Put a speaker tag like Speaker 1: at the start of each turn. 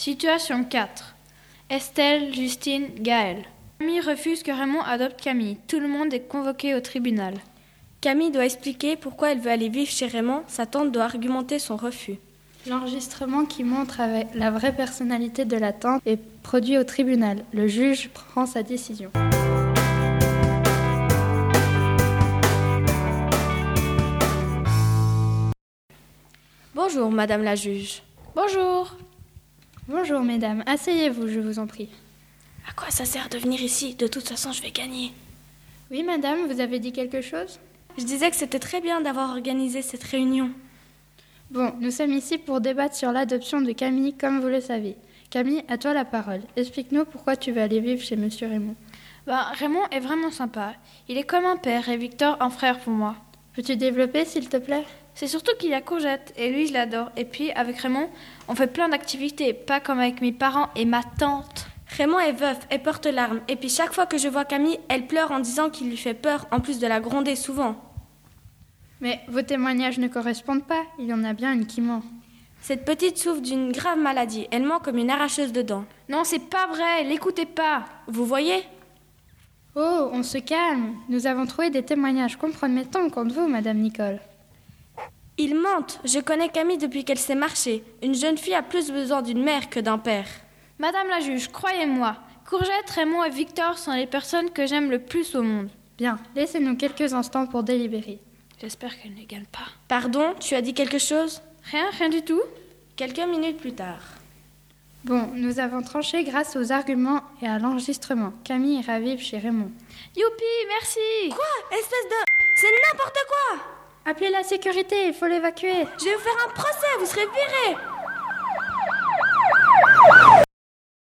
Speaker 1: Situation 4. Estelle, Justine, Gaël. Camille refuse que Raymond adopte Camille. Tout le monde est convoqué au tribunal.
Speaker 2: Camille doit expliquer pourquoi elle veut aller vivre chez Raymond. Sa tante doit argumenter son refus.
Speaker 3: L'enregistrement qui montre avec la vraie personnalité de la tante est produit au tribunal. Le juge prend sa décision.
Speaker 2: Bonjour, Madame la juge.
Speaker 1: Bonjour.
Speaker 3: Bonjour mesdames, asseyez-vous, je vous en prie.
Speaker 4: À quoi ça sert de venir ici De toute façon, je vais gagner.
Speaker 3: Oui madame, vous avez dit quelque chose
Speaker 4: Je disais que c'était très bien d'avoir organisé cette réunion.
Speaker 3: Bon, nous sommes ici pour débattre sur l'adoption de Camille, comme vous le savez. Camille, à toi la parole. Explique-nous pourquoi tu veux aller vivre chez Monsieur Raymond.
Speaker 1: Ben, Raymond est vraiment sympa. Il est comme un père et Victor un frère pour moi.
Speaker 3: Peux-tu développer, s'il te plaît
Speaker 1: C'est surtout qu'il y a Courgette et lui je l'adore. Et puis avec Raymond, on fait plein d'activités, pas comme avec mes parents et ma tante.
Speaker 2: Raymond est veuf et porte larmes. Et puis chaque fois que je vois Camille, elle pleure en disant qu'il lui fait peur, en plus de la gronder souvent.
Speaker 3: Mais vos témoignages ne correspondent pas. Il y en a bien une qui ment.
Speaker 2: Cette petite souffre d'une grave maladie. Elle ment comme une arracheuse de dents.
Speaker 1: Non, c'est pas vrai, l'écoutez pas.
Speaker 2: Vous voyez
Speaker 3: Oh, on se calme. Nous avons trouvé des témoignages compromettants contre vous, Madame Nicole.
Speaker 2: Ils mentent. Je connais Camille depuis qu'elle sait marcher. Une jeune fille a plus besoin d'une mère que d'un père.
Speaker 1: Madame la juge, croyez-moi, Courgette, Raymond et Victor sont les personnes que j'aime le plus au monde.
Speaker 3: Bien, laissez-nous quelques instants pour délibérer.
Speaker 1: J'espère qu'elle ne gagne pas.
Speaker 2: Pardon, tu as dit quelque chose
Speaker 1: Rien, rien du tout.
Speaker 2: Quelques minutes plus tard.
Speaker 3: Bon, nous avons tranché grâce aux arguments et à l'enregistrement. Camille ira vivre chez Raymond.
Speaker 1: Youpi, merci.
Speaker 2: Quoi Espèce de... C'est n'importe quoi
Speaker 3: Appelez la sécurité, il faut l'évacuer.
Speaker 2: Je vais vous faire un procès, vous serez virés